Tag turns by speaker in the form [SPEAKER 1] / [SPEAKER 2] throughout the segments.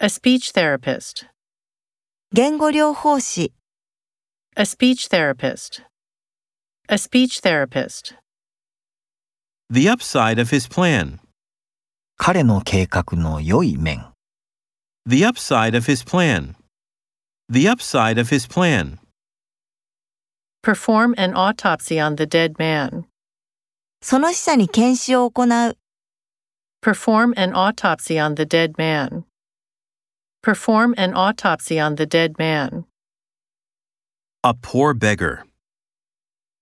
[SPEAKER 1] A speech therapist.
[SPEAKER 2] 言語療法士、
[SPEAKER 1] A speech therapist. A speech therapist.
[SPEAKER 3] The upside of his plan.
[SPEAKER 4] 彼の計画の良い面
[SPEAKER 3] The upside of his plan. The upside of his plan.
[SPEAKER 1] Perform an autopsy on the dead man.
[SPEAKER 2] その死者に検視を行う、
[SPEAKER 1] Perform an autopsy on the dead man. Perform an autopsy on the dead man.
[SPEAKER 3] A poor beggar.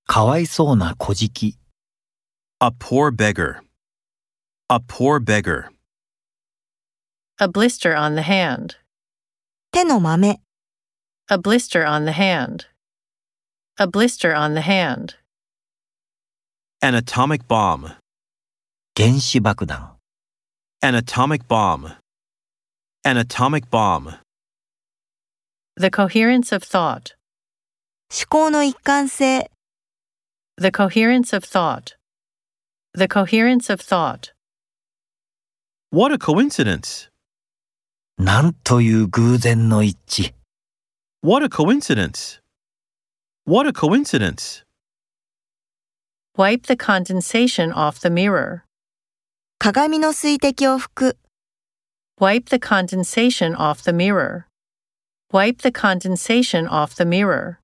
[SPEAKER 4] かわいそうな小敷
[SPEAKER 3] A poor beggar. A poor beggar.
[SPEAKER 1] A blister on the hand.
[SPEAKER 2] 手の豆、
[SPEAKER 1] A blister on the hand. A blister on the hand.
[SPEAKER 3] An atomic bomb.
[SPEAKER 4] 原子爆弾
[SPEAKER 3] An atomic bomb. An atomic bomb.
[SPEAKER 1] The coherence of thought.
[SPEAKER 2] 思考の一貫性、
[SPEAKER 1] The coherence of thought. The coherence of thought.
[SPEAKER 3] What a coincidence!
[SPEAKER 4] なんという偶然の一致
[SPEAKER 3] What a coincidence! What a coincidence!
[SPEAKER 1] Wipe the condensation off the mirror.
[SPEAKER 2] 鏡の水滴を拭く、
[SPEAKER 1] Wipe the condensation off the mirror. Wipe the condensation off the mirror.